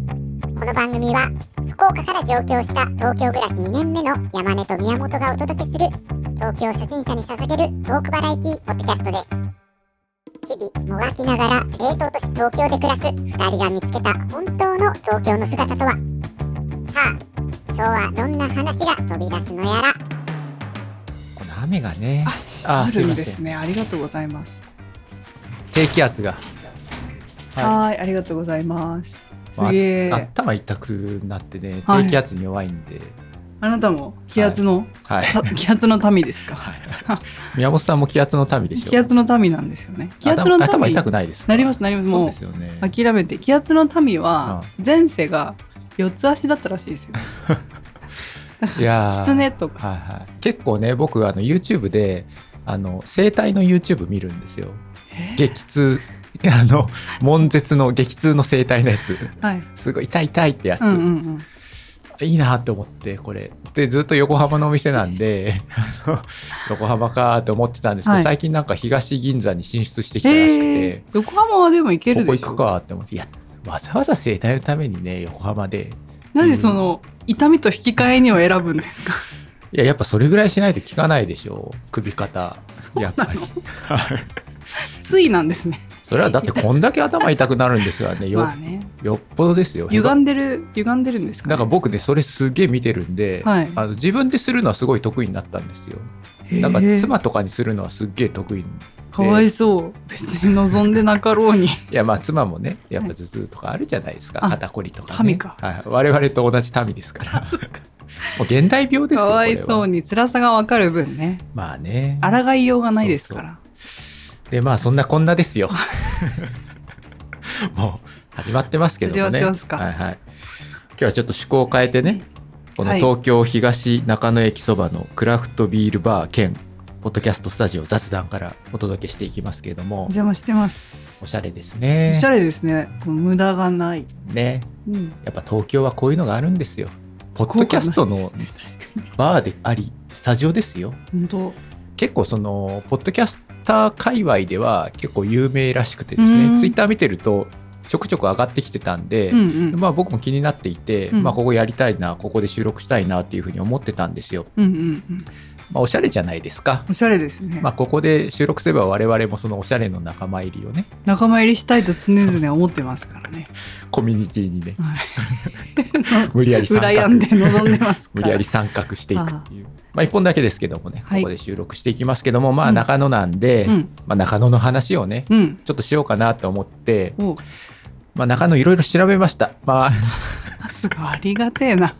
この番組は福岡から上京した東京暮らし2年目の山根と宮本がお届けする東京初心者に捧げるトークバラエティポッドキャストです日々もがきながら冷凍都市東京で暮らす2人が見つけた本当の東京の姿とはさあ今日はどんな話が飛び出すのやらこの雨がねあ、ああすいるんまでせんすね。ありがとうございます。低気圧がははーい、ありがとうございます。まあすげえ。あ頭痛くなってねはい低気圧に弱いんで、なたも気圧の、はいた 気圧の民ですか。宮本さんも気圧の民でしょ気圧の民なんですよね。気圧の頭頭民。痛くないですかなりますなりますそもううですよね諦めて気圧の民は前世が四つ足だったらしいですよ。いやー狐とか。はいはい結構ね僕あの YouTube であの生体の YouTube 見るんですよえー激痛 あの悶絶の激痛の生体のやつはい。すごい痛い痛いってやつ、うんうんうん。いいなって思ってこれでずっと横浜のお店なんであの横浜かと思ってたんですけど、はい最近なんか東銀座に進出してきたらしくへてえ、。横浜はでも行けるここで行しょ。くかって思っていやわざわざ整体のためにね横浜でなぜその痛みと引き換えにを選ぶんですか。いややっぱそれぐらいしないと効かないでしょう首肩やっぱりはいついなんですね。それはだってこんだけ頭痛くなるんですからねよ,、まあね。よっぽどですよ歪んでる歪んでるんですか、ね。なんか僕ねそれすげえ見てるんで、はいあの自分でするのはすごい得意になったんですよへなんかえ妻とかにするのはすっげえ得意かわいそう別に望んでなかろうにいやまあ妻もねやっぱ頭痛とかあるじゃないですか、はいあ肩こりとか、ね、民かはい、我々と同じ民です からもう現代病 ですよかわいこれそうはに辛さがわかる分ねまあね抗いようがないですからでまあそんなこんなですよ もう始まってますけどもね始まってますかはいはい、今日はちょっと趣向を変えてねこのはい東京東中野駅そばのクラフトビールバー兼ポッドキャストスタジオ雑談からお届けしていきますけれどおも邪魔してますおしゃれですおねしゃれですねこう無駄がない、ねうん、やっぱ東京はこういうのがあるんですよ。ポッドキャストの効果ないですね確かバーであり、スタジオですよ。に本当結構その、ポッドキャスター界隈では結構有名らしくてですねう、んツイッター見てるとちょくちょく上がってきてたんで、うんうんまあ僕も気になっていて、うんまあここやりたいな、ここで収録したいなっていうふうに思ってたんですよ。うんうんうんまあおしゃれじゃないですか。おしゃれですね、まあここで収録すれば我々もそのおしゃれの仲間入りをね、仲間入りしたいと常々思ってますからねコミュニティにね、はい 無理やり参加羨んで望んでますから無理やり参画していくっていう。まあ一本だけですけどもね、はいここで収録していきますけども、まうあん中野なんで、うんまあ中野の話をね、うんちょっとしようかなと思って、おまあ中野いろいろ調べました。まあ、 すごいありがてえな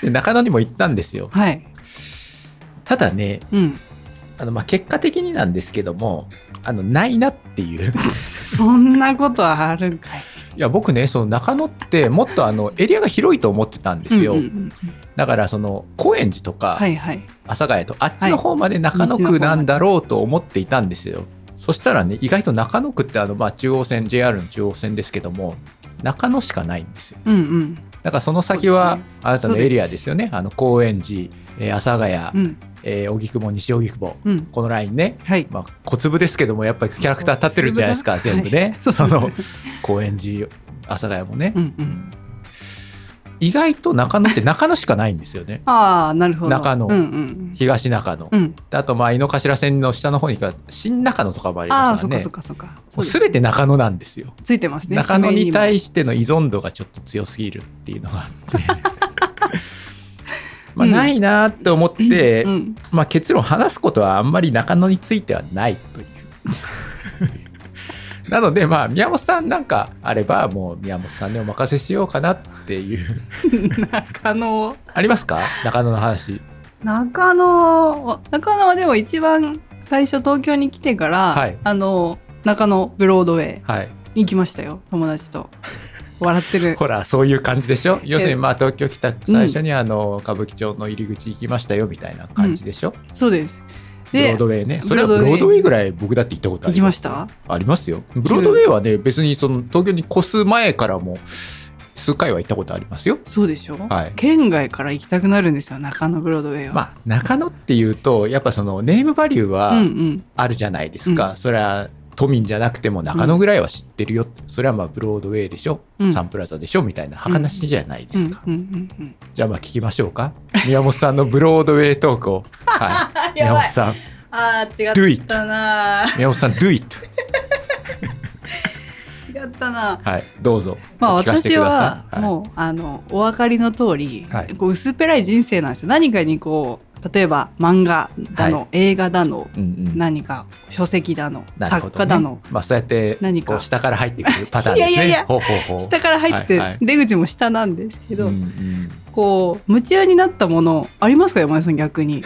で中野にも行ったんですよ。はいただね、うんあのまあ結果的になんですけども、あのないなっていう。 そんなことあるんかいいや僕ね、その中野ってもっとあのエリアが広いと思ってたんですよ。うんうんうんだからその高円寺とか、はいはい阿佐ヶ谷とあっちの方まで中野区なんだろうと思っていたんですよ、そしたらね意外と中野区ってあのまあ中央線 JR の中央線ですけども中野しかないんですようんうんだからその先は、そうですあなたのエリアですよねあの高円寺、えー阿佐ヶう谷、んえー荻窪西荻窪うんこのラインねはい。まあ、小粒ですけどもやっぱりキャラクター立ってるじゃないですか小粒だ全部ね、はいそそうのです高円寺阿佐ヶ谷もね、うんうん。意外と中野って中野しかないんですよねああ、なるほど。中野うんうん東中野、うん。うん。であと、まあ、井の頭線の下の方に行く新中野とかもありあまあ、すそかっらかねそっ。かそっか。もう全て中野なんですよ。ついてますね。中野に地対しての依存度がちょっと強すぎるっていうのがあって。 まあ、うんないなーって思って、名にも。うん。まあ、結論話すことはあんまり中野についてはない という。なので、まあ、宮本さんなんかあれば、もう宮本さんにお任せしようかなっていう。 中野。ありますか中野の話。中野、中野はでも一番最初東京に来てから、はいあの、中野ブロードウェイはい。に行きましたよ。友達と。笑って る。ほらそういう感じでしょ要するにえまあ東京来た最初にあの歌舞伎町の入り口行きましたよみたいな感じでしょ、そうです。ブローでド、ウェイねそれはブブロロードウェードウェイイぐらい僕だって行ったことあ行りきまますしたありますよブロードウェイはね別にその東京に越す前からも数回は行ったことありますよそうでしょはい県外から行きたくなるんですよ、中野ブロードウェイは。まあ中野っていうとやっぱそのネームバリューうんうはん。あるじゃないですか、うそれは都民じゃなくても中野ぐらいは知ってるよって、それはまあブロードウェイでしょ、うんサンプラザでしょみたいな話じゃないでうんすか、うんうんじゃあまあ聞きましょうか宮本さんのブロードウェイトークを、はあ い、宮本さんあー Do 違 it ったなー宮本さん do it 違ったなはいどうぞまあお聞かせてく私だはさいもう、あのお分かりの通り、はいこう薄っぺらい人生なんですよ何かにこう例えば漫画だの、は映画だのい、うんうん何か書籍だの、なるほどね作家だのまあそうやって何かこう下から入ってくるパターンですね いやいやいやほうほうほう下から入って、はいはい出口も下なんですけど、うんうんこう夢中になったものありますか山根さん 逆に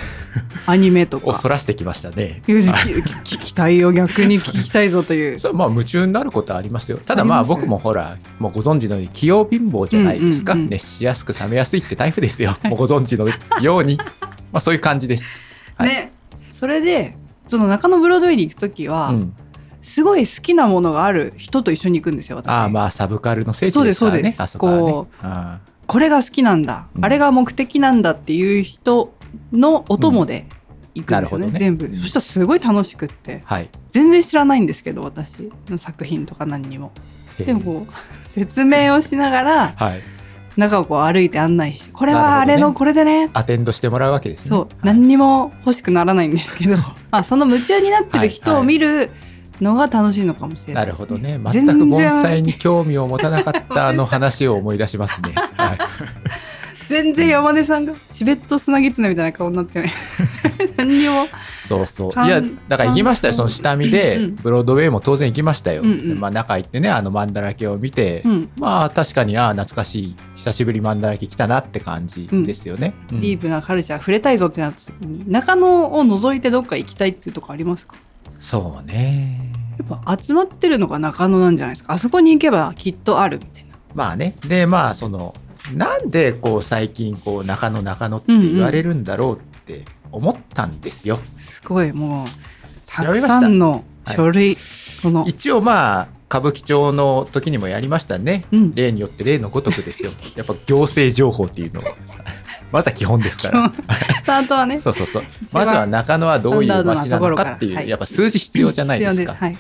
アニメとをかそらしてきましたねいや聞き聞きたいよ逆に聞きたいぞというそれはまあ夢中になることはありますよただまああります僕もほらもうご存知のように器用貧乏じゃないですか、うんうんうん熱しやすく冷めやすいってタイプですよもうご存知のよ うにまあそういう感じです、 はいねそれでその中野ブロードウェイに行く時は、うん、すごい好きなものがある人と一緒に行くんですよ私ああまあサブカルの聖地ですからそうでねすあそこはねこああこれが好きなんだ、うんあれが目的なんだっていう人のお供で行くんですよね,、うんなる全ほどね部そしたらすごい楽しくってはい全然知らないんですけど私の作品とか何にもでもこう説明をしながらはい中をこう歩いて案内してこれはあなるれほどねのこれでねアテンドしてもらうわけですねそう、はい何にも欲しくならないんで すけどまあその夢中になってる人を見るのが楽しいのかもしれなないでるすほどね、ね全全く然盆栽に興味を持たなかったあの話を思い出します ね、はい、全然山根さんがチベット砂狐みたい な顔になってね何にもそうそう感いやだから行きましたよ感そ想の下見で、うんブロードウェイも当然行きましたよ、うんうんまあ、中行ってねあのマンダラケを見て、うんまあ確かにああ懐かしい久しぶりマンダラケ来たなって感じですよね、うんディープなカルチャー触れたいぞってなった時に中野を除いてどっか行きたいっていうとこありますかそうねやっぱ集まってるのが中野なんじゃないですかあそこに行けばきっとあるみたいなまあねでまあそのなんでこう最近こう中野中野って言われるんだろうって思ったんですよ、すごいもうたやくりましたさんの書類、この一応まあ歌舞伎町の時にもやりましたね、うん例によって例のごとく ですよやっぱ行政情報っていうのはまずは基本ですから スタートは ねそうそうそう。一まず番は中野はどういう街なのかってスタンダードなところいう、からはいやっぱ数字必要じゃないで必す要か。はい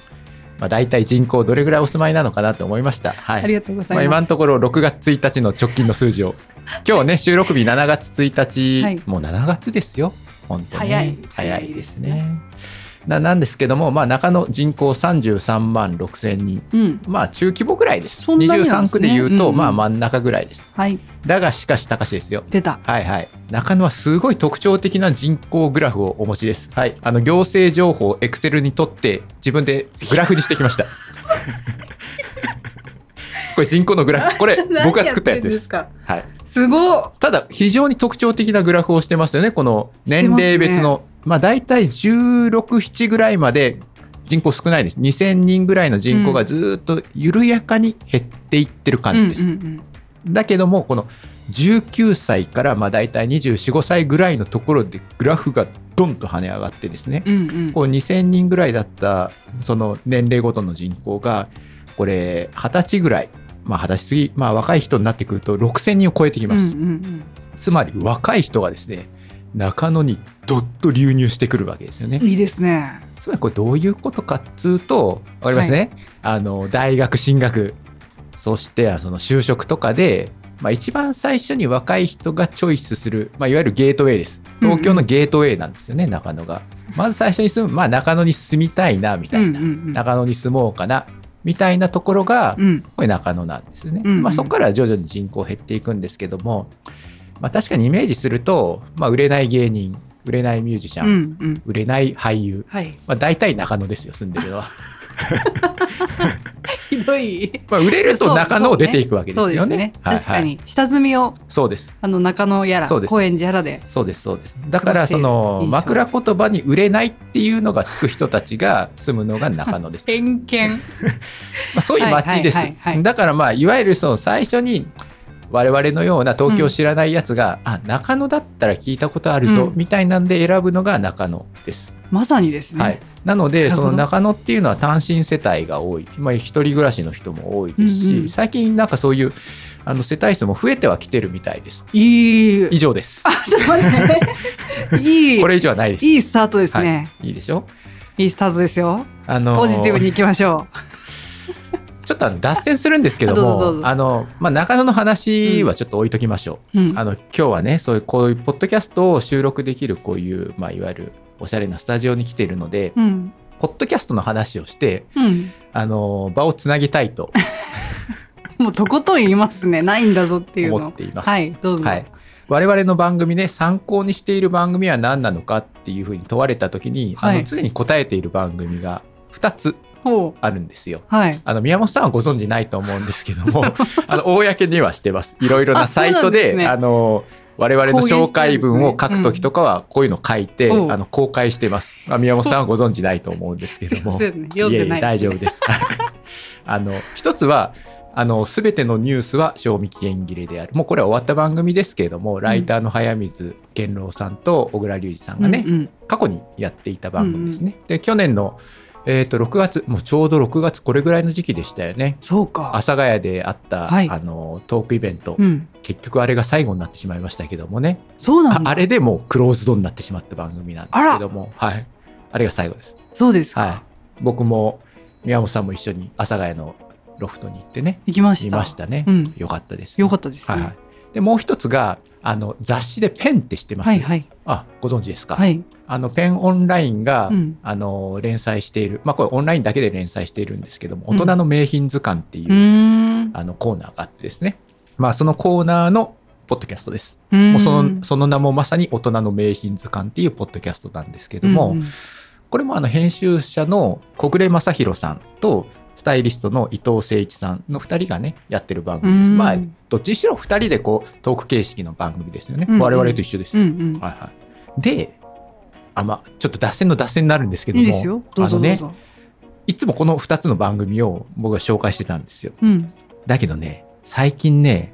まあ大体人口どれぐらいお住まいなのかなと思いました。はありい。がとうござまあいます、今のところ6月1日の直近の数 字を。今日ね、収録日7月1日、はいもう7月ですよ。本当に。早い早いですね。ななんですけども、まあ、中野人口33万6千人、うんまあ、中規模ぐらいです。そんなにな23んです区ねでいうと、うんうんまあ真ん中ぐらいです。はいだが、しかし高しですよ。出たはいはい。中野はすごい特徴的な人口グラフをお持ちです。はい。あの、行政情報を Excel に取って、自分でグラフにしてきま した。これ人口のグラフ。 これ、僕が作ったやつです。何やってんはい。ですかすごっただ、非常に特徴的なグラフをしてますよね。この年齢別の。まあ、大体16、7ぐらいまで人口少ないです。2000人ぐらいの人口がずーっと緩やかに減っていってる感じです。うんうんだけどもこの19歳からまあ大体245歳ぐらいのところでグラフがドンと跳ね上がってですね、うんうんうんこう2,000人ぐらいだったその年齢ごとの人口がこれ20歳ぐらい。まあ、20歳過ぎ、まあ、若い人になってくると6,000人を超えてきます、うんうんつまり若い人がですね中野にどっと流入してくるわけですよねうんいいですねつまりこれどういうことかっつうとわかりますね、あの大学進学そしてその就職とかで、まあ、一番最初に若い人がチョイスする、まあ、いわゆるゲートウェイです東京のゲートウェイなんですよね、中野がまず最初に住む、まあ、中野に住みたいなみたいな、うんうんうん中野に住もうかなみたいなところが、うんこれ中野なんですよね。うんうんまあ、そこから徐々に人口減っていくんですけども、まあ、確かにイメージすると、まあ、売れない芸人売れないミュージシャうン、んうん売れない俳優、はいまあ、大体中野ですよ住んでるのは、 ひどいまあ、売れると中野を出ていくわけですよねそうですね確はかいはい、に下積みをそうですあの中野やらそうです高円寺やらでそうですそうですだからそのいいじゃん枕言葉に売れないっていうのがつく人たちが住むのが中野 です、偏見まあ、そういう街です、はいはいはいはいだからまあいわゆるその最初に我々のような東京を知らないやつが、あ中野だったら聞いたことあるぞ、うんみたいなんで選ぶのが中野ですまさにですね、はい、なのでなるそほどの中野っていうのは単身世帯が多い、まあ、一人暮らしの人も多いですし、うんうん最近なんかそういうあの世帯数も増えてはきてるみたいですい、い以上ですあちょっと待っていい これ以上はないですいいスタートですね、いいでしょい、いいスタートですよ。あのポジティブにいきましょちょっとあの脱線するんですけどどうぞどうもぞあの、まあ、中野の話はちょっと置いときましょう、う。うんあの今日はねそういうこういうポッドキャストを収録できるこういう、まあ、いわゆるおしゃれなスタジオに来ているので、うん。ポッドキャストの話をしてうん。あの場をつなぎたいともうとことん言いますね。ないんだぞっていう思っの。ています。はい、どうぞ。はい、我々の番組ね参考にしている番組は何なのかっていうふうに問われた時に、はいあの常に答えている番組が2つほう。あるんですよ。はい。あの宮本さんはご存知ないと思うんですけど もあの公にはしてますいろいろなサイトあそうでなんですねあの我々の紹介文を書く時とかはこういうの書いて、うんあの公開してます、まあ、宮本さんはご存知ないと思うんですけすいどま もせんね。読んでない。え大丈夫 ですあの一つはあの全てのニュースは賞味期限切れであるもうこれは終わった番組ですけれども、ライターの早水健郎さんと小倉隆二さんがね、うんうん過去にやっていた番組ですね。で去年の、えー、と6月もうちょうど6月これぐらいの時期でしたよね。そうか。阿佐ヶ谷であった、はいあのトークイベント、うん。結局あれが最後になってしまいましたけどもねそうなあんあだ。れでもうクローズドになってしまった番組なんですけどもはい、あれが最後です、そうですか。はい、僕も宮本さんも一緒に阿佐ヶ谷のロフトに行ってね行きまし見た。ましたね、うん。よかったです、よかったですね。はいはい、でもう一つがあの雑誌で「ペン」って知ってます、はいはい。あご存知ですか、はい。あのペンオンラインが、うんあの連載している、まあ、これオンラインだけで連載しているんですけどもうん大人の名品図鑑っていうう、ーん。あのコーナーがあってですね、まあ、そのコーナーのポッドキャストです、ももうそのその名もまさに大人の名品図鑑っていうポッドキャストなんですけども、これもあの編集者の小暮正弘さんとスタイリストの伊藤誠一さんの2人がねやってる番組です、うんまあどっちにしろ2人でこうトーク形式の番組ですよね、うんうん我々と一緒です、うんうんはいはい、であまあちょっと脱線の脱線になるんですけどいもいですよ。どうぞあのどうねぞ。いつもこの2つの番組を僕は紹介してたんですようん。だけどね最近ね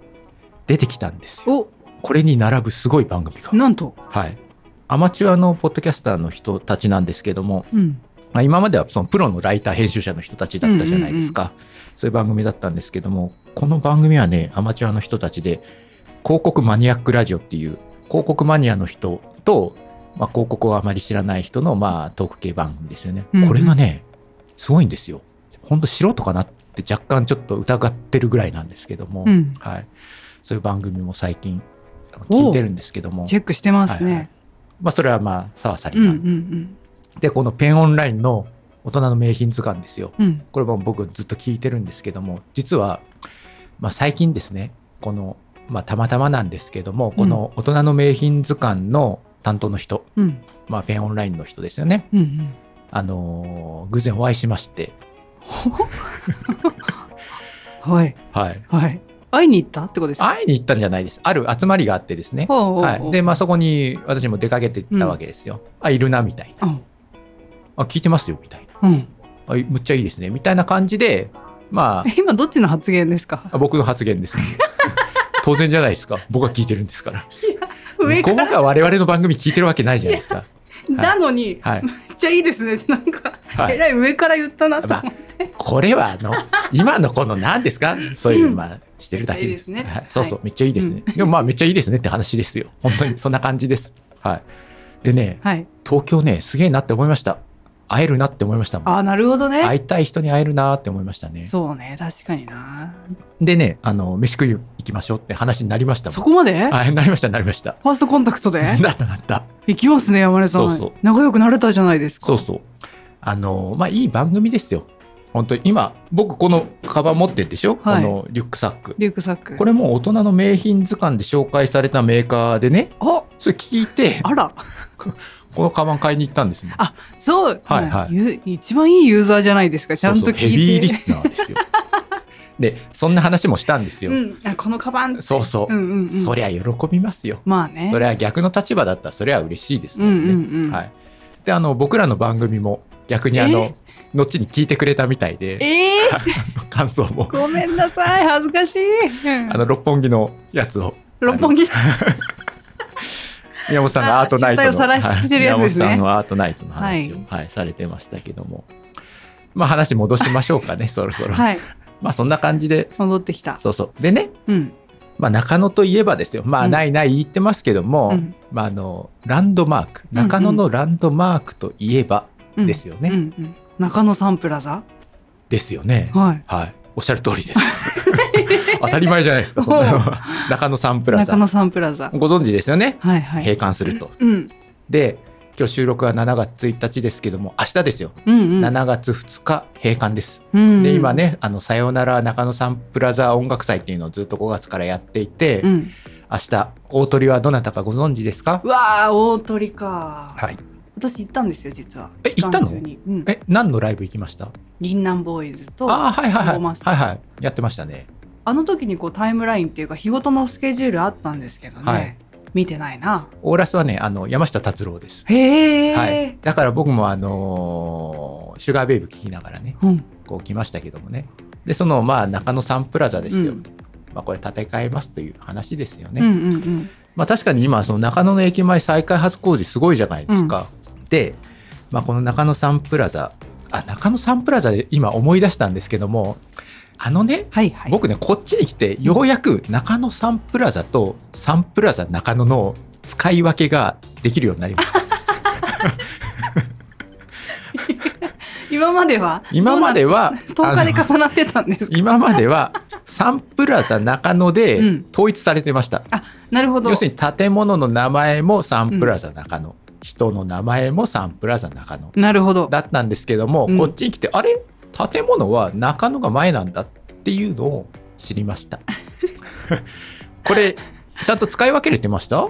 出てきたんですよお、これに並ぶすごい番組がなんと。はいアマチュアのポッドキャスターの人たちなんですけどもうん。まあ、今まではそのプロのライター編集者の人たちだったじゃないですか、そういう番組だったんですけどもこの番組はねアマチュアの人たちで広告マニアックラジオっていう広告マニアの人と、まあ、広告をあまり知らない人の、まあ、トーク系番組ですよね、うんうんこれがねすごいんですよほんと素人かなって若干ちょっと疑ってるぐらいなんですけども、うん。はい、そういう番組も最近あの聞いてるんですけどもチェックしてますはいはいね。まあ、それはまあ沢さりうんうなんんうん。でこのペンオンラインの大人の名品図鑑ですようん。これも僕ずっと聞いてるんですけども実は、まあ、最近ですねこの、まあ、たまたまなんですけどもこの大人の名品図鑑の担当の人、うん。まあ、ペンオンラインの人ですよねうんうん。あのー偶然お会いしましてはい。はいはい。会いに行ったってことですか会いに行ったんじゃないですある集まりがあってですねほうほうはほいうでまあそこに私も出かけてったわけですよ、あいるなみたいなうん。あ聞いてますよみたいなうん。あむっちゃいいですねみたいな感じでまあえ今どっちの発言ですか あ僕の発言です。当然じゃないですか。僕は聞いてるんですから。上向かこうら。が我々の番組聞いてるわけないじゃないですか。なのに、はい。めっちゃいいですねって。なんか、はいえらい上から言ったなと思まあって。、これはあの、今のこの何ですかそういう、うんまあ、してるだけです。めっちゃいいですねはい、そうそう、めっちゃいいですね。でもまあ、めっちゃいいですねって話ですよ。本当に、そんな感じです。はい。でね、はい。東京ね、すげえなって思いました。会えるなって思いましたもん。ああ、なるほどね。会いたい人に会えるなって思いましたね。そうね。確かにな。でね、あの、飯食い行きましょうって話になりましたもん。そこまでファはい、なりました、なりました。ーストコンタ クトでなったなった。行きますね、山根さ。そうそうん仲良くなれたじゃないですか。そうそう。あの、まあ、いい番組ですよ。本当に今、僕このカバン持ってるでしょ、はいこのリュックサック。リュックサック。これもう大人の名品図鑑で紹介されたメーカーでね、あそれ聞いて、あら、このカバン買いに行ったんですもんあそう、はいはいゆ一番いいユーザーじゃないですか、ちゃんそとうそう聞ヘビーいリて。スナー ですよ。で、そんな話もしたんですよ。うん、あこのカバン。そうそう、うんうんうん。そりゃ喜びますよ。まあね。それは逆の立場だったらそれは嬉しいですもんね。うんうんうんはい、であの僕らの番組も逆にあの後に聞いてくれたみたいでええ ー、感想もごめんなさい、恥ずかしい。うんあの六本木のやつを六本木。宮本さんがアートナイトあー失態を晒してるやつですねはい宮本さんのアートナイトの話を、ははいされてましたけどもまあ話戻しましょうか ねそろそろ、はい、まあそんな感じで戻ってきた。そうそうでね、うん、まあ、中野といえばですよまうあんないない言ってますけども、うんまあ、あのランドマーク中野のランドマークといえば、うんですよね。うんうん、中野サンプラザですよね。はい。はい。おっしゃる通り です。当たり前じゃないですか、そんなのは中野サンプラザ中。野サンプラザ。ご存知ですよね。はいはい。閉館すると。うん。で、今日収録は7月1日ですけども、明日ですよ。うんうん。 7月2日閉館です。うんで、今。ね、あの、さよなら中野サンプラザ音楽祭っていうのをずっと5月からやっていて、うん。明日、大鳥はどなたかご存知ですかうわあ、大鳥か。はい。私行ったんですよ、実は。え行ったの期間中にうん。え、何のライブ行きました銀杏ボーイズと、ああ、はいはいはパい。フォーマンスはいはい。やってましたね。あの時にこうタイムラインっていうか日ごとのスケジュールあったんですけどね、はい見てないなオーラスはね、あの、山下達郎です。へえ、はい。だから僕もあのーシュガーベイブ聞きながらね、うんこう来ましたけどもね。で、その、まあ、中野サンプラザですよ。うんまあ、これ建て替えますという話ですよね。うんうんうんまあ、確かに今、その中野の駅前再開発工事すごいじゃないですか。で、まあ、この中野サンプラザ、あ、中野サンプラザで今思い出したんですけども、あのね、はいはい僕ね、こっちに来て、ようやく中野サンプラザとサンプラザ中野の使い分けができるようになりま した。今までは今まではは、 10日であの重なってたんですか今までは、サンプラザ中野でうん統一されてました。なるほど要するに建物の名前もサンプラザ中野、人の名前もサンプラザ中野なるほどだったんですけども、うんこっちに来て、あれ建物は中野が前なんだっていうのを知りま した。これ、ちゃんと使い分けれてました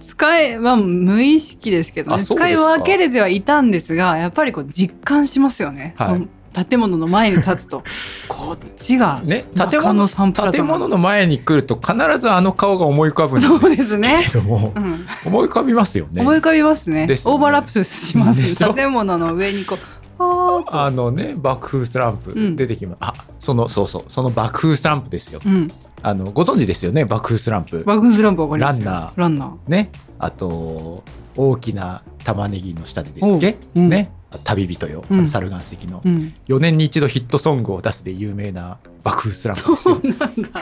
使えは無意識ですけどあねそうですか使い分けれてはいたんですがやっぱりこう実感しますよね、はいその建物の前に立 つとこっちがね、建中物野サンプラザ建な物のの前に来ると必ずあの顔が思い浮かぶんそうでですけすねれども、うん 思い浮かびますよね。思い浮かびますねですよねオーバーラップしまですしょ建物の上にこうあーっとあのね爆風スランプうん出てきます、あそのそうそうその爆風スランプですようんあのご存知ですよね爆風スランプバグンスランプわかりますよランナーランナーねあと大きな玉ねぎの下でですっけ、おううんね旅人よ、うんあの猿岩石の うん4年に一度ヒットソングを出すで有名な爆風スランプですそうよなんだ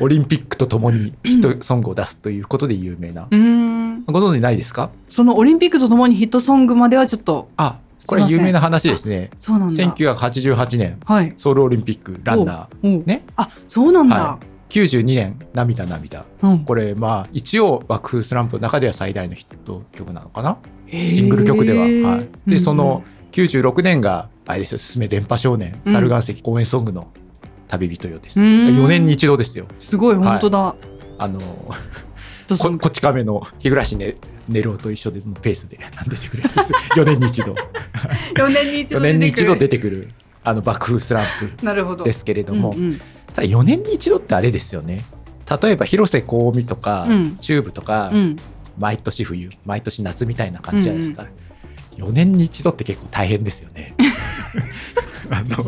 オリンピックとともにヒットソングを出すということで有名な、うーんご存知ないですかそのオリンピックとともにヒットソングまではちょっとあこれすいません有名な話ですねそうなんだ1988年はいソウルオリンピックランナーおうねあそうなんだは92年涙涙うんこれまあ一応爆風スランプの中では最大のヒット曲なのかなへーシングル曲では、はい、うんうでんその96年があれですよ「すすめ電波少年」うん猿岩石応援ソングの旅人よですうーん4年に一度ですよすごいはい本当だ、あのヒットソこングこち亀の日暮らしね寝ろうと一緒でのペースで出てくるやつ です4年に一度4年に一4度年に出一てく度る出てくるあの爆風スランプなるほどですけれども、うんうんただ4年に一度ってあれですよね例えば広瀬香美とか、うんチューブとか、うん毎年冬毎年夏みたいな感じじゃないですか、4年に一度って結構大変ですよね あの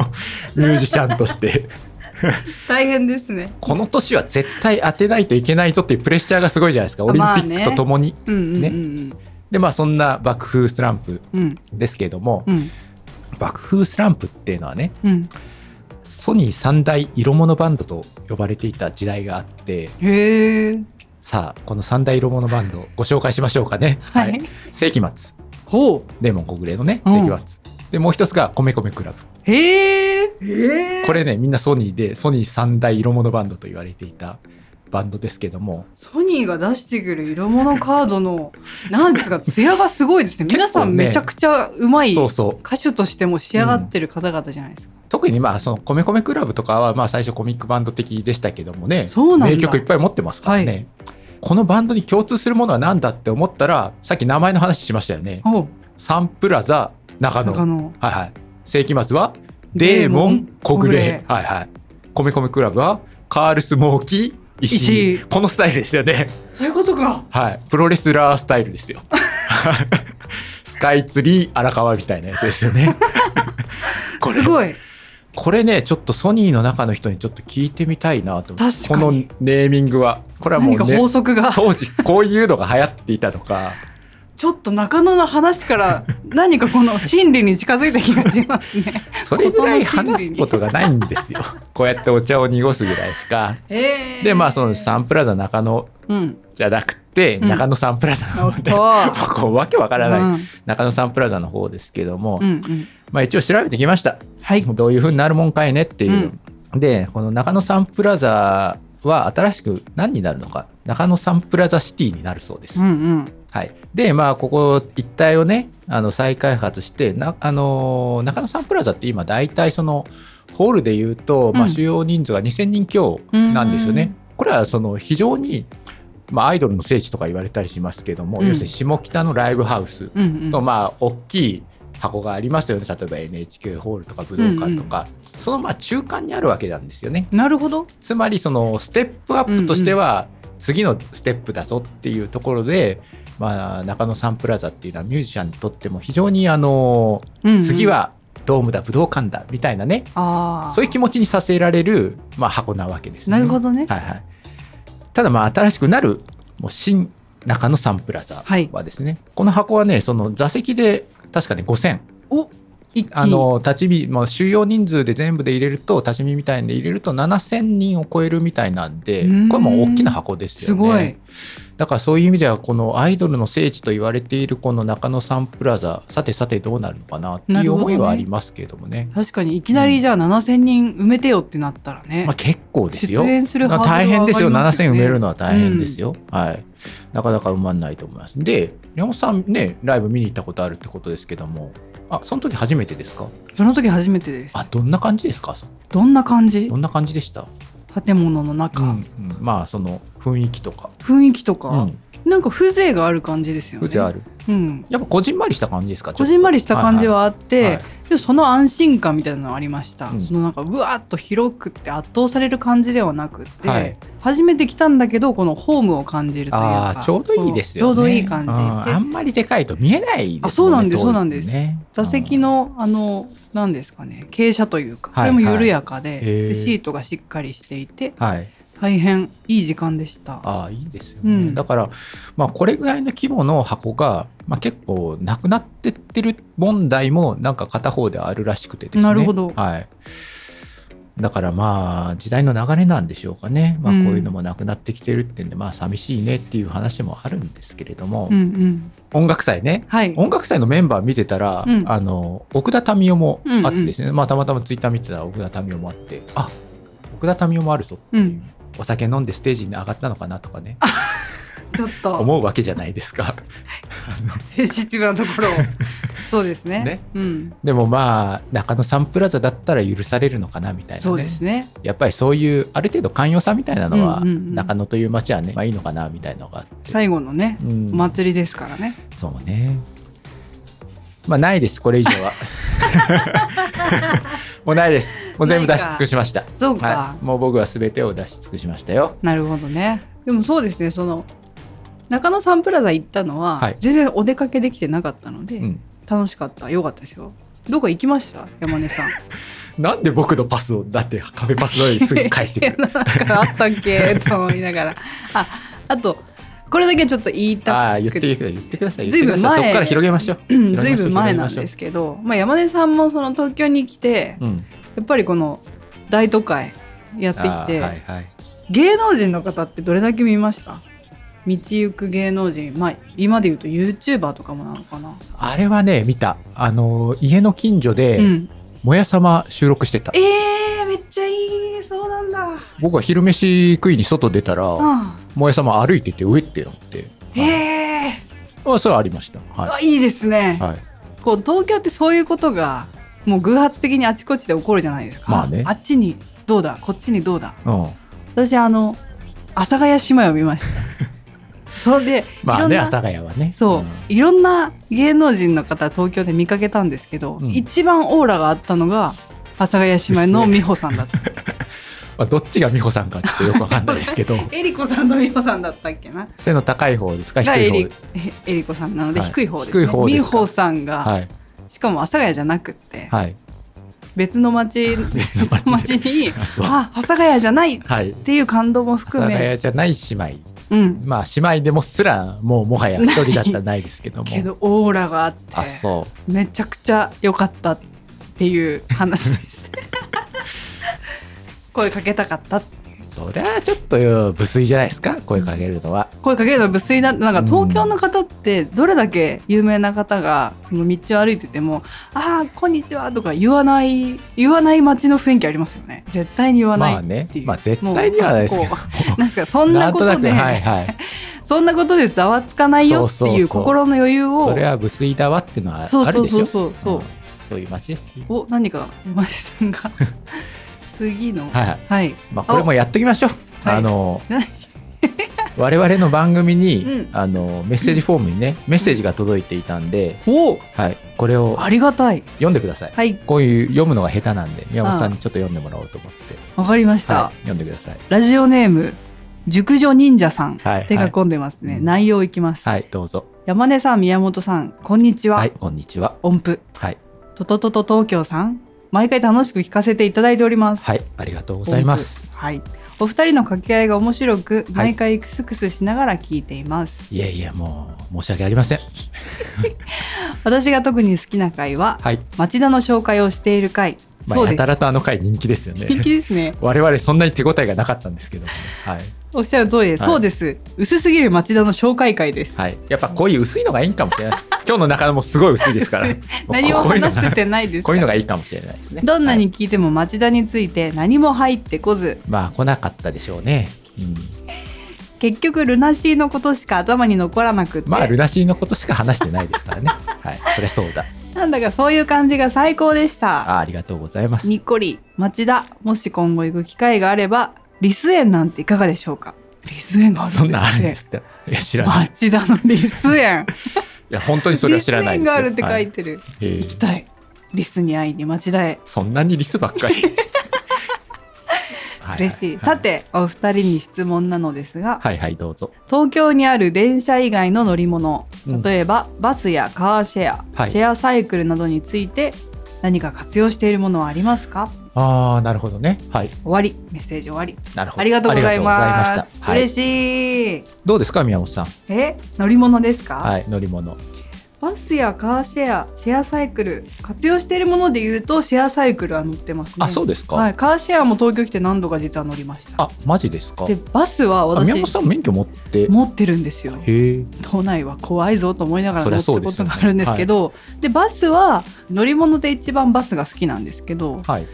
ミュージシャンとして大変ですねこの年は絶対当てないといけないぞっていうプレッシャーがすごいじゃないですかオリンピックとともに、うんうんうんでまあそんな爆風スランプうんうんですけれども、うん爆風スランプっていうのはねうんソニー三大色物バンドと呼ばれていた時代があってへえさあこの三大色物バンドご紹介しましょうかね、はい世紀末ほレモン小暮のねうん世紀末、でもう一つが米米クラブうへえこれねみんなソニーでソニー三大色物バンドと言われていたバンドですけどもソニーが出してくる色物カードの、なんですか、艶がすごいですね。皆さんめちゃくちゃうまいそう歌そう手としても仕上がってる方々じゃないですか。特にまあその米米クラブとかはまあ最初コミックバンド的でしたけどもねそうなんだ名曲いっぱい持ってますからね、はこのバンドに共通するものは何だって思ったらさっき名前の話しましたよねおうサンプラザ中野中野。はいはい世紀末はデーモン小暮デーモン小暮はいはい米米クラブはカールスモーキー石井石井このスタイルでしたよねそういうことか。はい。プロレスラースタイルですよ。 スカイツリー荒川みたいなやつですよ ね。これす、ごい。これね、ちょっとソニーの中の人にちょっと聞いてみたいなと思って。確かにこのネーミングは。これはも何うかね法、則が、当時こういうのが流行っていたと か、ちょっと中野の話から何かこの真理に近づいた気がしますね。それぐらい話すことがないんですよ。こうやってお茶を濁すぐらいしか。 へえ。で、まあそのサンプラザ中野うん。じゃなくって、うん中野サンプラザのお方っ で、と こうわけわからない、うん中野サンプラザの方ですけども、うんうんまあ、一応調べてきましたはいどういうふうになるもんかいねっていう、でこの中野サンプラザは新しく何になるのか中野サンプラザシティになるそうです、うんうんはい、でまあここ一帯をねあの再開発してな、あのー中野サンプラザって今大体そのホールで言うと、まうあ、ん収容人数が2000人強なんですよね。これはその非常に、まあ、アイドルの聖地とか言われたりしますけども、うん要するに下北のライブハウスうんうんの、まあ、大きい箱がありますよね例えば NHK ホールとか武道館とか、そのまあ中間にあるわけなんですよね。なるほどつまりそのステップアップとしては次のステップだぞっていうところで、まあ、中野サンプラザっていうのはミュージシャンにとっても非常にあのうんうん次はドームだ武道館だみたいなねああそういう気持ちにさせられる、まあ、箱なわけですね。なるほどねはいはい、ただまあ新しくなるもう新中野サンプラザはですね、この箱はねその座席で確かね5000お一気にあの立ち見、もう収容人数で全部で入れると、立ち見みたいんで入れると7000人を超えるみたいなんで、うーんこれも大きな箱ですよね。すごいだからそういう意味では、このアイドルの聖地と言われているこの中野サンプラザ、さてさてどうなるのかなってないるうほど思ねいはありますけれどもね。確かにいきなりじゃあ7000人埋めてよってなったらね、まあ結構ですよ。出演するハードルは大変ですよ。上がります7000よ埋ねめるのは大変ですよ。はい。なかなか埋まんないと思います。で、山本さんね、ライブ見に行ったことあるってことですけども、あ、その時初めてですかその時初めてですあ、どんな感じですかどんな感じどんな感じでした建物の中、うんまあその雰囲気とか、雰囲気とか、うん、なんか風情がある感じですよね風情あるうんやっぱこじんまりした感じですかこじんまりした感じはあって、はいはいでもその安心感みたいなのはありました、うんそのなんかうわーっと広くって圧倒される感じではなくって、はい初めて来たんだけどこのホームを感じるというかああーちょうどいいですよねちょうどいい感じあーであんまりでかいと見えないですもねあそうなんで遠いすとそうなんですね座席のあの何ですかね傾斜というかこはいれも緩やかで,、いへーでシートがしっかりしていてうんはい大変いい時間でした。ああいいですよね、うんだからまあこれぐらいの規模の箱が、まあ、結構なくなってってる問題もなんか片方であるらしくてですねなるほどはいだからまあ時代の流れなんでしょうかね、まあ、こういうのもなくなってきてるってんで、まあ寂しいねっていう話もあるんですけれども、うんうん、音楽祭ねはい音楽祭のメンバー見てたら、うんあの奥田民生もあってですね、まあ、たまたまツイッター見てたら奥田民生もあってあ奥田民生もあるぞっていう、うんお酒飲んでステージに上がったのかなとかねちょっと思うわけじゃないですかセンシティブな ところをそうですねねうん、でもまあ中野サンプラザだったら許されるのかなみたいなそうねですねやっぱりそういうある程度寛容さみたいなのは、うんうんうん中野という街はね、まあ、いいのかなみたいなのがあって、最後のねうんお祭りですからねそうね。まあないです、これ以上 は。もうないです。もう全部出し尽くしました。そうか、はい、もう僕は全てを出し尽くしましたよ。なるほどねでもそうですねその中野サンプラザ行ったのは、はい全然お出かけできてなかったので、うん楽しかった良かったですよどこ行きました山根さんなんで僕のパスをだってカフェパスのようにすぐ返 してくるんでなんす。かあったっけと思いながらああとこれだけちょっと言いたああ言ってください言ってください。ずいぶ言ん前ってくださいそこから広げましょう。ず広げいましょぶうん前なんですけど、まあ、山根さんもその東京に来て、うん。やっぱりこの大都会やってきあて、ーはいはい。芸能人の方ってどれだけ見ました道行く芸能人、まあ、今で言うと YouTuber とかもなのかな、あれはね見たあの家の近所で、うん、もやさま収録してた。えー、めっちゃいいそうなんだ、は僕は昼飯食いに外出たら、あ、もやさま歩いてて上ってなって。はいえあそれはありました。ー、、はいいですねい。、はい。こう東京ってそういうことがもう偶発的にあちこちで起こるじゃないですか、まあねあっちにどうだこっちにどうだうん。私あの阿佐ヶ谷姉妹を見ました それでまいろあんね、な阿佐ヶ谷はね。そう、んいろんな芸能人の方東京で見かけたんですけど、うん一番オーラがあったのが阿佐ヶ谷姉妹の美穂さんだったまあ、どっちが美穂さんかちょっとよくわかんないですけ ど、えりこさんの美穂さんだったっけな背の高い方ですか、低がえいり方で。えりこさんなのではい低い方ですね、低い方です美か穂さんが、はい。しかも阿佐ヶ谷じゃなくって、はい。別の町別の町でにあ そうあ阿佐ヶ谷じゃないっはい。阿ていう感動も佐含ヶめ谷じゃない姉妹。うんまあ、姉妹でもすら、もうもはや一人だったらないですけども。けどオーラがあってあ、そめちゃくちゃ良かったっていう話です 声かけたかったっていう。うそりゃあちょっとよ無粋じゃないですか声かけるのは。声かけるのは無粋ななんかうん東京の方ってどれだけ有名な方がその道を歩いてても「ああこんにちは」とか言わない言わない街の雰囲気ありますよね絶対に言わないまあっねていう、まあ絶対にはないですけどもうなんですかそんなことでんと なくはいはい、そんなことでざわつかないよってそういそううそう心の余裕をそれは無粋だわっていうのはそうあそるうでしそょうそうそううんそういう街ですよお何か山地さ んが次はのいはいはいまあこれもやっときましょうはいあ の何我々の番組に、うんあのメッセージフォームにねメッセージが届いていたんで、おはい、これをありがたい読んでください、はいこういう読むのが下手なんで宮本さんにちょっと読んでもらおうと思って、わかりました、はい、読んでくださいラジオネーム熟女忍者さん、はい手が込んでますね、はい内容いきます、はいどうぞ山根さん宮本さんこんにちは、はいこんにちは音符はいトトトト東京さん毎回楽しく聞かせていただいておりますはいありがとうございますはいお二人の掛け合いが面白く毎回クスクスしながら聞いています、いやいやもう申し訳ありません私が特に好きな回ははい、町田の紹介をしている回、まそうあ、でやすたらとあの回人気ですよね人気です ね我々そんなに手応えがなかったんですけどもね、はいおっしゃる通りです、はいそうです薄すぎる町田の紹介会です、はい、やっぱこういう薄いのがいいんかもしれないです今日の中野もすごい薄いです からもう何もこういうの話がせてないですこういうのがいいかもしれないですねどんなはいに聞いても町田について何も入ってこずまあ来なかったでしょうね、うん、結局ルナシーのことしか頭に残らなくって、まあルナシーのことしか話してないです からねはいそりゃそうだなんだかそういう感じが最高でしたあありがとうございますにっこり町田もし今後行く機会があればリス園なんていかがでしょうかリス園があるんですそんなんあるんですっていや知らない町田のリス園いや本当に それは知らないリでスすよ園があるって書いはてる、いへえ行きたいリスに会いに町田へそんなにリスばっかりは 嬉しい、さてお二人に質問なのですが、はいはいどうぞ東京にある電車以外の乗り物うん例えば、バスやカーシェア、はいシェアサイクルなどについて何か活用しているものはありますかああなるほどねはい終わりメッセージ終わりなるほどありがとうございますありがとうございましたはい嬉しいどうですか宮本さんえ乗り物ですか、はい乗り物バスやカーシェアシェアサイクル活用しているもので言うとシェアサイクルは乗ってますねあそうですか、はい、カーシェアも東京来て何度か実は乗りましたあマジですかでバスはあ宮本私さん免許持って持ってるんですよへえ都内は怖いぞと思いながらそり乗ゃったそうこですとよねがあるんですけどでバスは乗り物で一番バスが好きなんですけどはい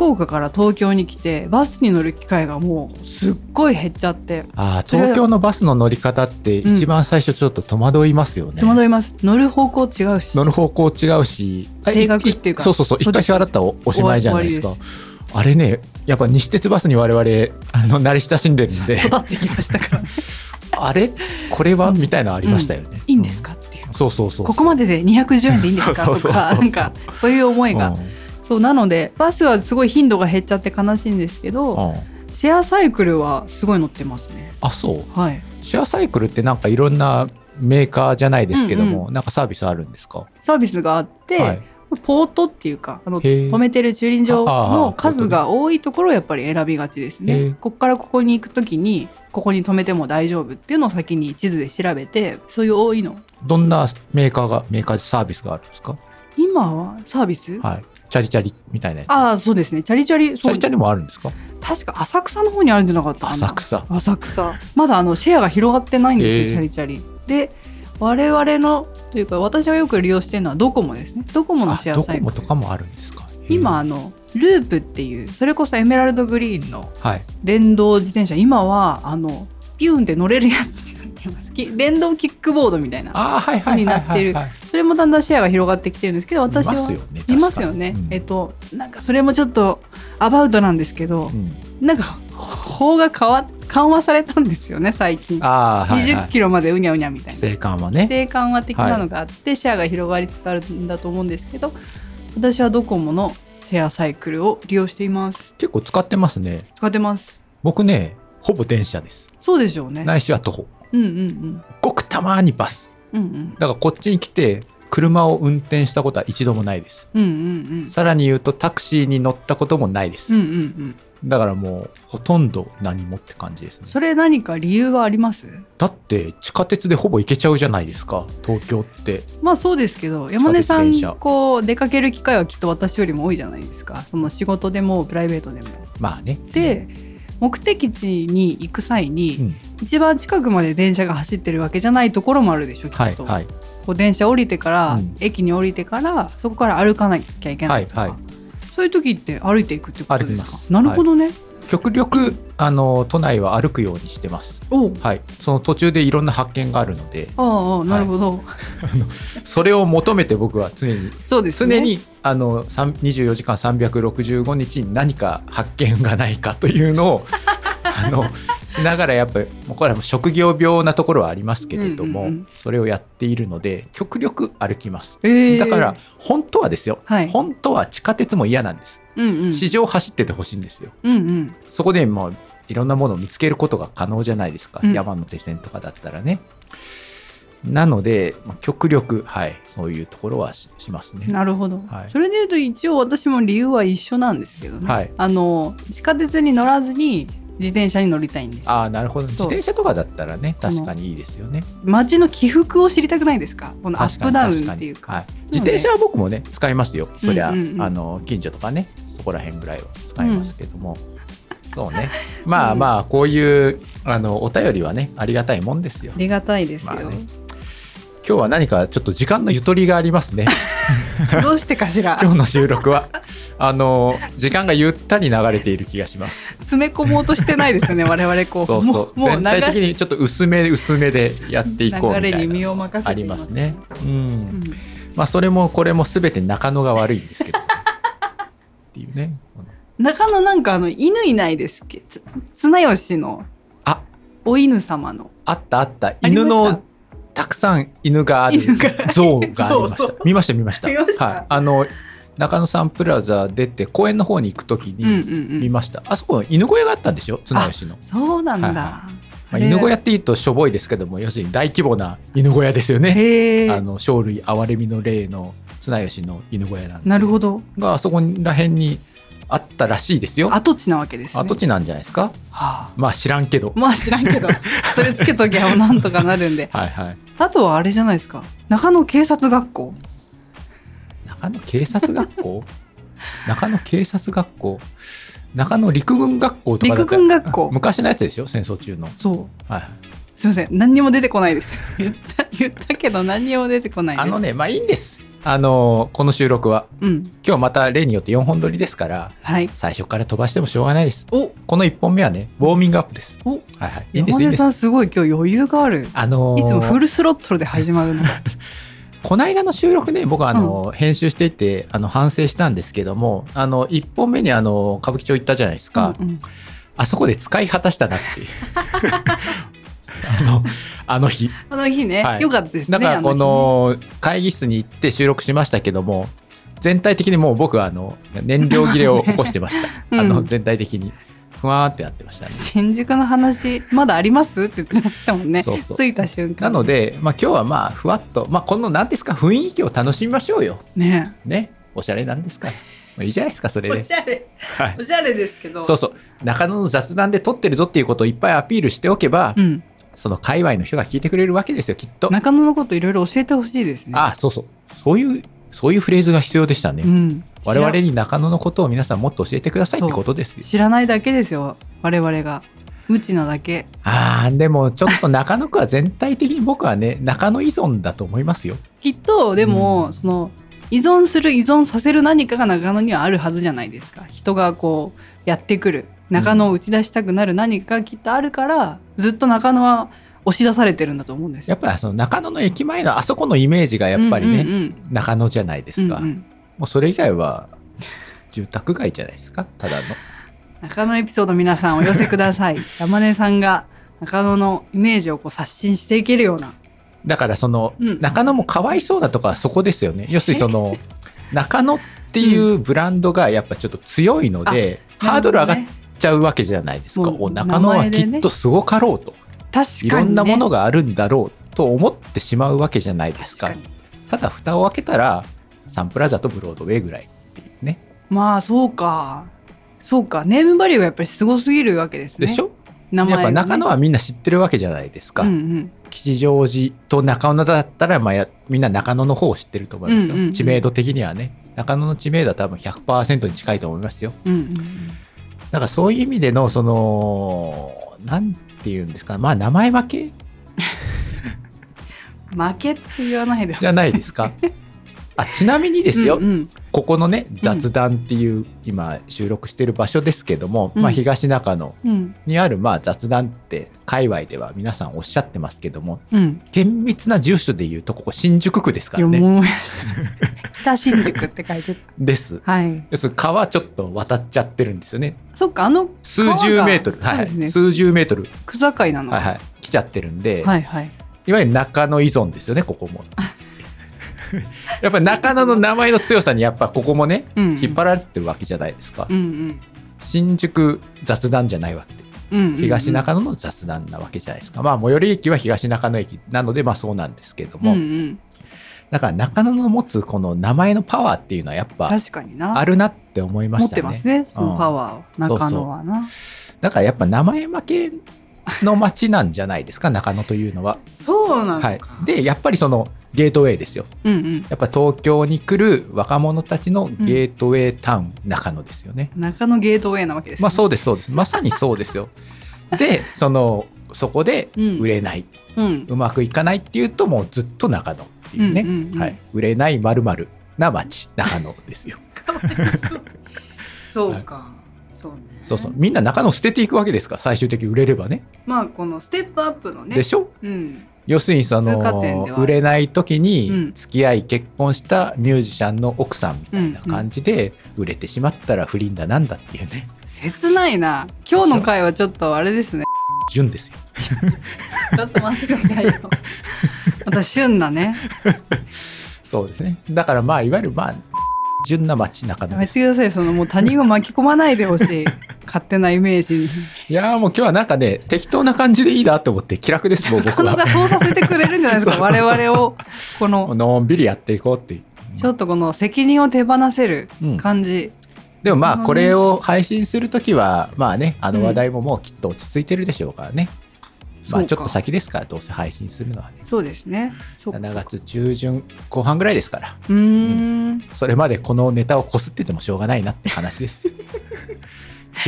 福岡から東京に来てバスに乗る機会がもうすっごい減っちゃってあー東京のバスの乗り方ってうん一番最初ちょっと戸惑いますよね、戸惑います乗る方向違うし乗る方向違うしあ定額っていうかそうそうそう一回支払ったらおおしまいじゃないですか終あれねやっぱ西鉄バスに我々あの慣れ親しんでるん で育ってきまし たからあれこれはみたいなのありましたよね、いいんですかっていうそうそうそうここまでで210円でいいんですかそうとそうそうそうかなんかそういう思いがそうなのでバスはすごい頻度が減っちゃって悲しいんですけうんどうんシェアサイクルはすごい乗ってますねあそうはいシェアサイクルってなんかいろんなメーカーじゃないですけども、うんなんかサービスあるんですか、サービスがあって、はい、ポートっていうかあのへー止めてる駐輪場ああーのポートね数が多いところをやっぱり選びがちですへねー。ここからここに行くときにここに止めても大丈夫っていうのを先に地図で調べてそういう多いのどんなメーカーがメーカーサービスがあるんですか、今はサービス、はい、チャリチャリみたいなやつああそうですねチャリチャリチそャうリチャリもあるんですか確か浅草の方にあるんじゃなかったかな浅草浅草まだあのシェアが広がってないんですよ、へーチャリチャリで我々のというか私がよく利用してるのはドコモですねドコモのあシェアドサコイクモルとかもあるんですか今、あのループっていうそれこそエメラルドグリーンのはい、電動自転車今はあのピューンって乗れるやつになってますき電動キックボードみたいなあーはいはいはいはいはいになそれもだんだんシェアが広がってきてるんですけど私はいますよねいますよね、確かにうんえっとなんかそれもちょっとアバウトなんですけどう、んなんか法が変わ緩和されたんですよね最近、あーはい、はい、20キロまでうにゃうにゃみたいな規制緩はね規制緩和的なのがあって、シェアが広がりつつあるんだと思うんですけど私はドコモのシェアサイクルを利用しています結構使ってますね使ってます僕ねほぼ電車ですそうでしょうねないしは徒歩うんうんごくたまにバスうんうんうんだからこっちに来て車を運転したことは一度もないですうんうんさらに言うとタクシーに乗ったこともないでうす、ん。うんうんうん。だからもうほとんど何もって感じですねそれ何か理由はありますだって地下鉄でほぼ行けちゃうじゃないですか東京ってまあそうですけど、山根さ自ん転車、こう、出かける機会はきっと私よりも多いじゃないですか。その仕事でもプライベートでも。まあねで、目的地に行く際に、うん一番近くまで電車が走ってるわけじゃないところもあるでしょきっと、はいはいこう電車降りてから、うん駅に降りてからそこから歩かなきゃいけないとか、はいはそういう時って歩いていくってことです歩いてかますなるほどね、極力あの都内は歩くようにしてます。おうはい、その途中でいろんな発見があるのでああなるほど、それを求めて僕は常にそうですね常にあの3 24時間365日に何か発見がないかというの をあのしながらやっぱりもうこれはもう職業病なところはありますけれども、うんうんうんそれをやっているので極力歩きます。えーだから、本当はですよ、はい本当は地下鉄も嫌なんですうんうん、市場走っててほしいんですようんうんそこでもういろんなものを見つけることが可能じゃないですか、うん山手線とかだったらねなのでまあ極力はいそういうところはししますねなるほど、はいそれでいうと一応私も理由は一緒なんですけどね、はいあの地下鉄に乗らずに自転車に乗りたいんですああなるほど自そう転車とかだったらねこの確かにいいですよね街の起伏を知りたくないですかこのア確ッかプにダウ確ンかっていにうかはい自転車は僕もね使いますよそりゃ、うんうんうんあの近所とかねそこら辺ぐらいは使いますけども、そうねまあまあこういうあのお便りはねありがたいもんですよありがたいですよ、まあね今日は何かちょっと時間のゆとりがあります ね どうしてかしら今日の収録はあの時間がゆったり流れている気がします詰め込もうとしてないですよね我々こうそうそうもうもう全体的流にちょっと薄め薄めでやっていこうみた流いれなに身を任あせてりいますね、ねうんうん、まあそれもこれも全て中野が悪いんですけど、ね、っていうね中野なんかあの犬いないですっけつ綱吉のあお犬様のあったあったありま犬したのたくさん犬がある犬が像がありました そうそう見ました見ました見ましたはい、あの中野サンプラザ出て公園の方に行くときうんうんにう見んました、あそこ犬小屋があったんでしょ綱吉のそうなんだ、はいはまあ、犬小屋って言うとしょぼいですけども要するに大規模な犬小屋ですよねへえあの生類憐れみの霊の綱吉の犬小屋なんでなるほどがあそこら辺にあったらしいですよ跡地なわけですね跡地なんじゃないですかはあまあ知らんけど。まあ知らん けどそれつけときゃなんとかなるんではいはい。あとはあれじゃないですか中野警察学校中野警察学校 中野警察学校中野陸軍学校とかだ陸った軍学校昔のやつでしょ戦争中の。そうはい、すいません何にも出てこないです 言った言ったけど何にも出てこないであすのね、まあいいんです。あのーこの収録は。うん今日また例によって4本撮りですから、はい最初から飛ばしてもしょうがないです。おこの1本目はね、ウォーミングアップです。おはいはい。いいんで山す、いいん根でさんす。すごい今日余裕があるあのいつもフー、ルスロットルで始まるのがこの間の収録ね、僕はあのー、編集していて、あの、反省したんですけども、あの、1本目にあの、歌舞伎町行ったじゃないですか。うんうんあそこで使い果たしたな っていう。あの、あの日。あの日ね、はいよかったですねだからこあ日ねの会議室に行って収録しましたけども、全体的にもう僕はあの、燃料切れを起こしてました。 うんあの、全体的に。ふわーってなってましたね。新宿の話まだありますって言ってましたもんねそうそう着いた瞬な間ので、まあ今日はまあ、ふわっと、まあこの何ですか、雰囲気を楽しみましょうよ。ねね。おしゃれなんですから。まあいいじゃないですか、それおで。しゃれはいお。しゃれですけどそうそう。中野の雑談で撮ってるぞっていうことをいっぱいアピールしておけば、うん、その界隈の人が聞いてくれるわけですよ、きっと。中野のこといろいろ教えてほしいですねあそうそうそういうそういうフレーズが必要でしたね、うん、我々に中野のことを皆さんもっと教えてくださいってことですよ知らないだけですよ我々が無知なだけあーでもちょっと中野区は全体的に僕はね中野依存だと思いますよきっとでも、うんその依存する依存させる何かが中野にはあるはずじゃないですか人がこうやってくる中野を打ち出したくなる何かがきっとあるから、ずっと中野は押し出されてるんだと思うんですやよっぱりその中野の駅前のあそこのイメージがやっぱりね、うんうん中野じゃないでうすんか、うんうんもうそれ以外は住宅街じゃないですかただの中野エピソード皆さんお寄せくだ さい山根さんが中野のイメージをこう刷新していけるようなだからその、うん中野もかわいそうだとかはそこですよね要するにその中野っていうブランドがやっぱちょっと強いので、ハードル上がっなるほどねっちゃうわけじゃないですか。もうお中野はきっとすごかろうと、確いかろに、ね、んなものがあるんだろうと思ってしまうわけじゃないです確か。かにただ蓋を開けたらサンプラザとブロードウェイぐらいっていうね。まあそうかそうかネームバリューがやっぱりすごすぎるわけですねでしょ、名前やっがぱね、中野はみんな知ってるわけじゃないですか。うんうん、吉祥寺と中野だったら、まあや、みんな中野の方を知ってると思いますよ。うんうんうん知名度的にはね。中野の知名度は多分100%に近いと思いますよ。うんうんうんなんかそういう意味での、その、なんていうんですか、まあ名前分け負けって言わないでほしじゃないです か。あちなみにですよ、うんうんここのね、雑談っていう、今収録してる場所ですけども、まうあん東中野うんにある、まあ雑談って、界隈では皆さんおっしゃってますけども、うん厳密な住所で言うと、ここ新宿区ですからよね。もやさん北新宿って書い てるです。はい要するに川ちょっと渡っちゃってるんですよね。そっかあの数十メートル。川はがい、そうですね数十メートル。区境なのはいははい。来ちゃってるんで、いはいいわゆる中野依存ですよね、ここも。 やっぱり中野の名前の強さに、やっぱここもね、うん引っ張られてるわけじゃないですか。うんうん新宿雑談じゃないわけで。うんうんうん東中野の雑談なわけじゃないですか。まあ、最寄り駅は東中野駅なので、まあそうなんですけども、うんうんだから中野の持つこの名前のパワーっていうのはやっぱ確かになあるなって思いま持しってたまねす。ねそのうんパワーをそうそう中野はなだからやっぱ名前負けの街なんじゃないですか、中野というのは。そうなのはいか、で、やっぱりそのゲートウェイですよ。うんうんやっぱ東京に来る若者たちのゲートウェイタウン、中野ですよね。中野ゲートウェイなわけですねまあそうですそうですまさにそう ですよ。でそのそこでうん売れない、うんうまくいかないっていうともうずっと中野っていうね、うんうんうんはい、売れないまるまるな街中野です よ。そうか、そうねそうそうみんな中野を捨てていくわけですから最終的に売れればね。まあこのステップアップのねでしょうん要するにそ通過点のでは売れない時うにん付き合い結婚したミュージシャンの奥さんみたいな感じで売れてしまったら不倫だなんだっていうね 切ないな今日の回はちょっとあれですね順ですよ。ちょっと待ってください よまた旬なねそうですね。だからまあ、いわゆるまあ、純な街中や野めでてす。くいださいそのもう他人を巻き込まないでほしい勝手なイメージにやーもう今日はなんかね、適当な感じでいいなと思って気楽です、もう中僕野はが。そうさせてくれるんじ ゃないですか我々をこののんびりやっていこうっていう。ちょっとこの責任を手放せる感じ、でもまあ、うんこれを配信するときは、まあね、あうのん話題ももうきっと落ち着いてるでしょうからね。まそうあかちょっと先ですから、どうせ配信するのはね。そうですねそうう7月中旬後半ぐらいですから、ーんそれまでこのネタをこすっててもしょうがないなって話 です。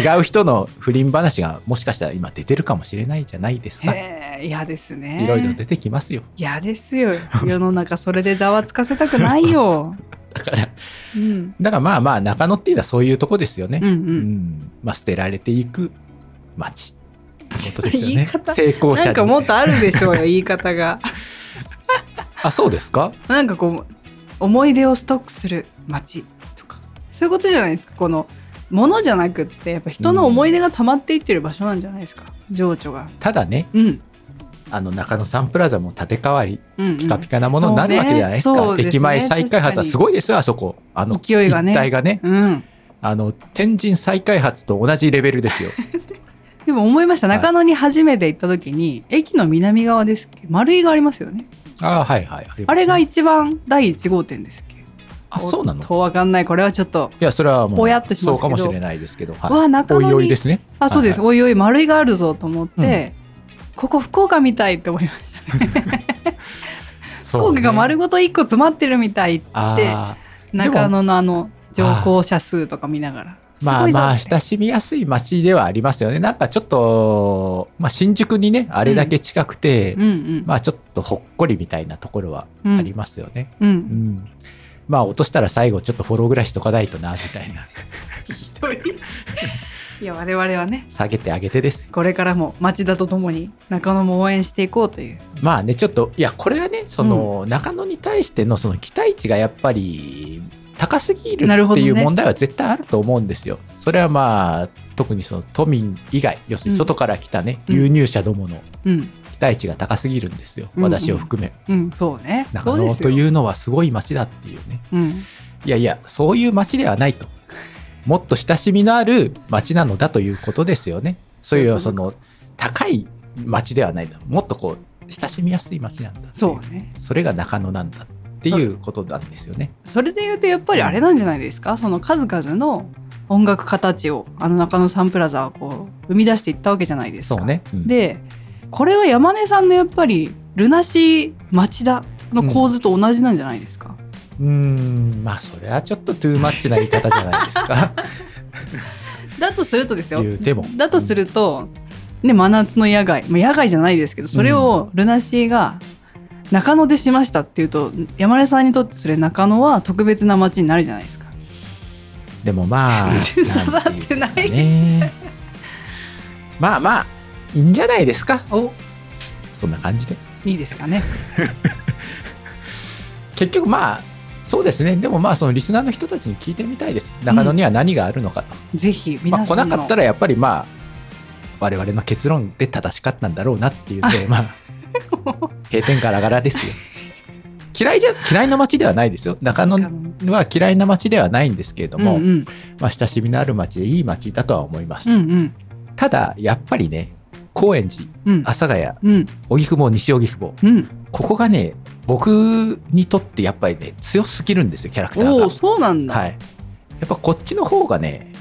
違う人の不倫話がもしかしたら今出てるかもしれないじゃないですか。へえ嫌ですねいろいろ出てきますよ。嫌で すよ世の中それでざわつかせたくないよ、だから、うん、だからまあまあ中野っていうのはそういうとこですよねうんう。うんんまあ捨てられていく街ってことですよね。 言い方成功者なんかにもっとあるでしょうよ言い方があ、そうですかなんかこう思い出をストックする街とかそういうことじゃないですかこのものじゃなくってやっぱ人の思い出が溜まっていってる場所なんじゃないですか情緒がただね、うんあの中野サンプラザも建て替わり、うん、うん、ピカピカなものになるわけじゃないですか。そうねそうですね駅前再開発はすごいですよ、あそこ。あの、勢いがね一帯がね。うんあの、天神再開発と同じレベルですよ。でも思いましたはい中野に初めて行った時に、駅の南側ですっけ丸井がありますよね ああ、はいはい。りますねあれが一番第1号店ですっけあ、そうなのおっとわかんないこれはちょっといや、それはもぼうやっとしますけどそうかもしれないですけど、わあはい。中お野にいおいですね。あそうです、はいおいおい丸いがあるぞと思って、ここ福岡みたいって思いました、福そう岡ねが丸ごと1個詰まってるみたいあーでも中野のあの乗降者数とか見ながらまあまあすごいぞって親しみやすい街ではありますよね。なんかちょっと、まあ、新宿にねあれだけ近くて、うんうん、まあちょっとほっこりみたいなところはうんありますよね。ううんん、まあ落としたら最後ちょっとフォローぐらいしとかないとなみたいないや我々はね下げてあげてですよ。これからも町田とともに中野も応援していこうというまあねちょっといやこれはねその、中野に対してのその期待値がやっぱり高すぎるなるほっどてねいう問題は絶対あると思うんですよ。それはまあ特にその都民以外要するに外から来たね、うん流入者どものうん期待値が高すぎるんですよ、うんうん私を含めうんそうね中野とういうのはすごい街だっていうねそうですよ、うん、いやいやそういう街ではないともっと親しみのある街なのだということですよねそういそういううことその高い街ではないんだもっとこう親しみやすい街なんだっていそうねそれが中野なんだっていうことなんですよねそれで言うとやっぱりあれなんじゃないですかその数々の音楽形をあの中野サンプラザはこう生み出していったわけじゃないですか。そうね、うんでこれは山根さんのやっぱり「ルナシー町田」の構図と同じなんじゃないですか、うーんまあそれはちょっとトゥーマッチな言い方じゃないですかだだとするとですよ言うてもだとすると、ね、真夏の野外、まあ、野外じゃないですけどそれをルナシーが中野でしましたっていうと山根さんにとってそれ中野は特別な街になるじゃないですか。でもまあ刺さってないんてうんですかねまあまあいいんじゃないですかおそんな感じでいいですかね。結局まあそうですねでもまあそのリスナーの人たちに聞いてみたいです中野には何があるのかと、ぜひま皆あ、さ来んの、なかったらやっぱりまあ我々の結論で正しかったんだろうなっていうのでまあ閉店ガラガラです よ嫌いじゃ嫌いな街ではないですよ中野は嫌いな街ではないんですけれども、うんうんまあ、親しみのある街でいい街だとは思います、うんうんただやっぱりね高円寺うん阿佐ヶ谷うん荻窪西荻窪うんここがね僕にとってやっぱりね強すぎるんですよキャラクタおおーそうなんがだ、はいやっぱこっちの方がね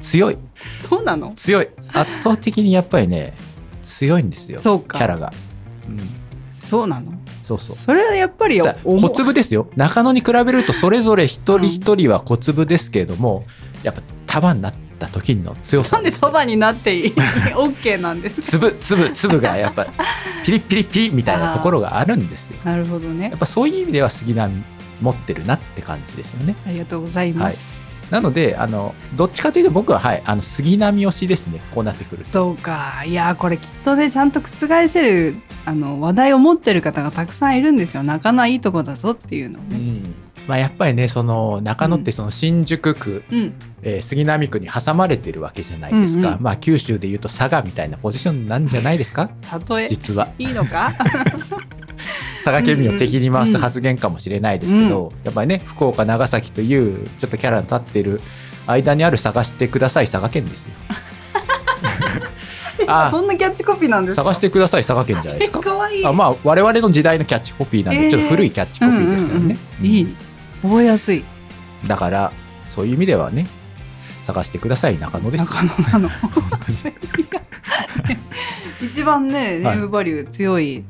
強いそうなの強い圧倒的にやっぱりね強いんですよそうかキャラが、うん、そうなのそうそうそれはやっぱりさあ思小う粒ですよ中野に比べるとそれぞれ一人一人は小粒ですけれども、やっぱ束になった時の強さなんでそばになっ ていい OK なんです粒粒粒がやっぱピリピリピリみたいなところがあるんですよなるほどねやっぱそういう意味では杉並持ってるなって感じですよねありがとうございます、なのであのどっちかというと僕ははいあの杉並推しですねこうなってくるとそうかいやーこれきっとねちゃんと覆せるあの話題を持ってる方がたくさんいるんですよなかないいとこだぞっていうのをうねんまあやっぱりねその中野ってその新宿区、うんえー杉並区に挟まれてるわけじゃないですか、うんうんまあ九州でいうと佐賀みたいなポジションなんじゃないですか例 え実はいいのか佐賀県民を敵に回す発言かもしれないですけど、やっぱりね福岡長崎というちょっとキャラの立ってる間にある探してください佐賀県 ですよ あそんなキャッチコピーなんですか探してください佐賀県じゃないですかかわいいあまあ我々の時代のキャッチコピーなんで、えーちょっと古いキャッチコピーですからね、うんうんうんいい覚えやすいうんだからそういう意味ではね探してください中野ですよ中野なの 一番ねネはいームバリュー強い、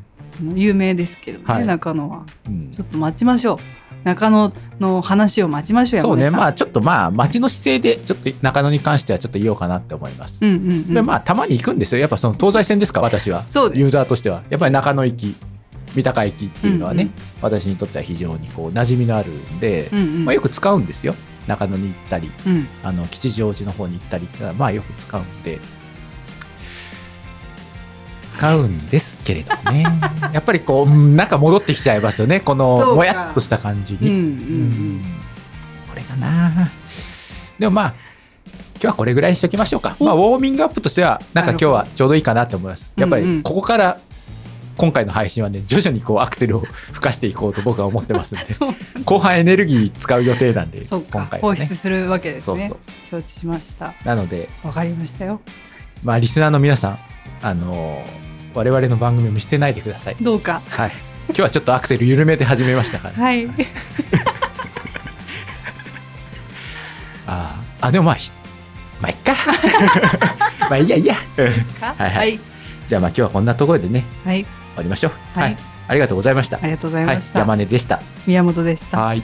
有名ですけどね、はい中野はうんちょっと待ちましょう中野の話を待ちましょうそうね、山根さんまあちょっとまあ町の姿勢でちょっと中野に関してはちょっと言おうかなって思います。うんうんうんでまあたまに行くんですよ。やっぱその東西線ですか私は。そうですユーザーとしてはやっぱり中野行き、三鷹行きっていうのはね、うんうん私にとっては非常にこう馴染みのあるんで、うんうんまあよく使うんですよ。中野に行ったり、うんあの吉祥寺の方に行ったりってのはまあよく使うんで。使うんですけれど ね。やっぱりこううんなんか戻ってきちゃいますよね。こそうかのもやっとした感じに。うんうんこれかなでもまあ今日はこれぐらいにしときましょうか、おまあ、ウォーミングアップとしてはなんか今日はちょうどいいかなと思いますなやるっほぱどうんうんりここから今回の配信はね徐々にこうアクセルを吹かしていこうと僕は思ってますんで そう後半エネルギー使う予定なんでそうか今回放は出ねするわけですそうねそう承知しましたなのでわかりましたよまあリスナーの皆さんあのー我々の番組を見捨てないでくださ いどうかはい今日はちょっとアクセル緩めて始めましたから、はいあーあでもまあひまあい っかまあいいやいいやうんはい ははいい、じゃあまあ今日はこんなところでねはい終わりましょう。はいありがとうございました。ありがとうございました、はい、山根でした。宮本でしたはい。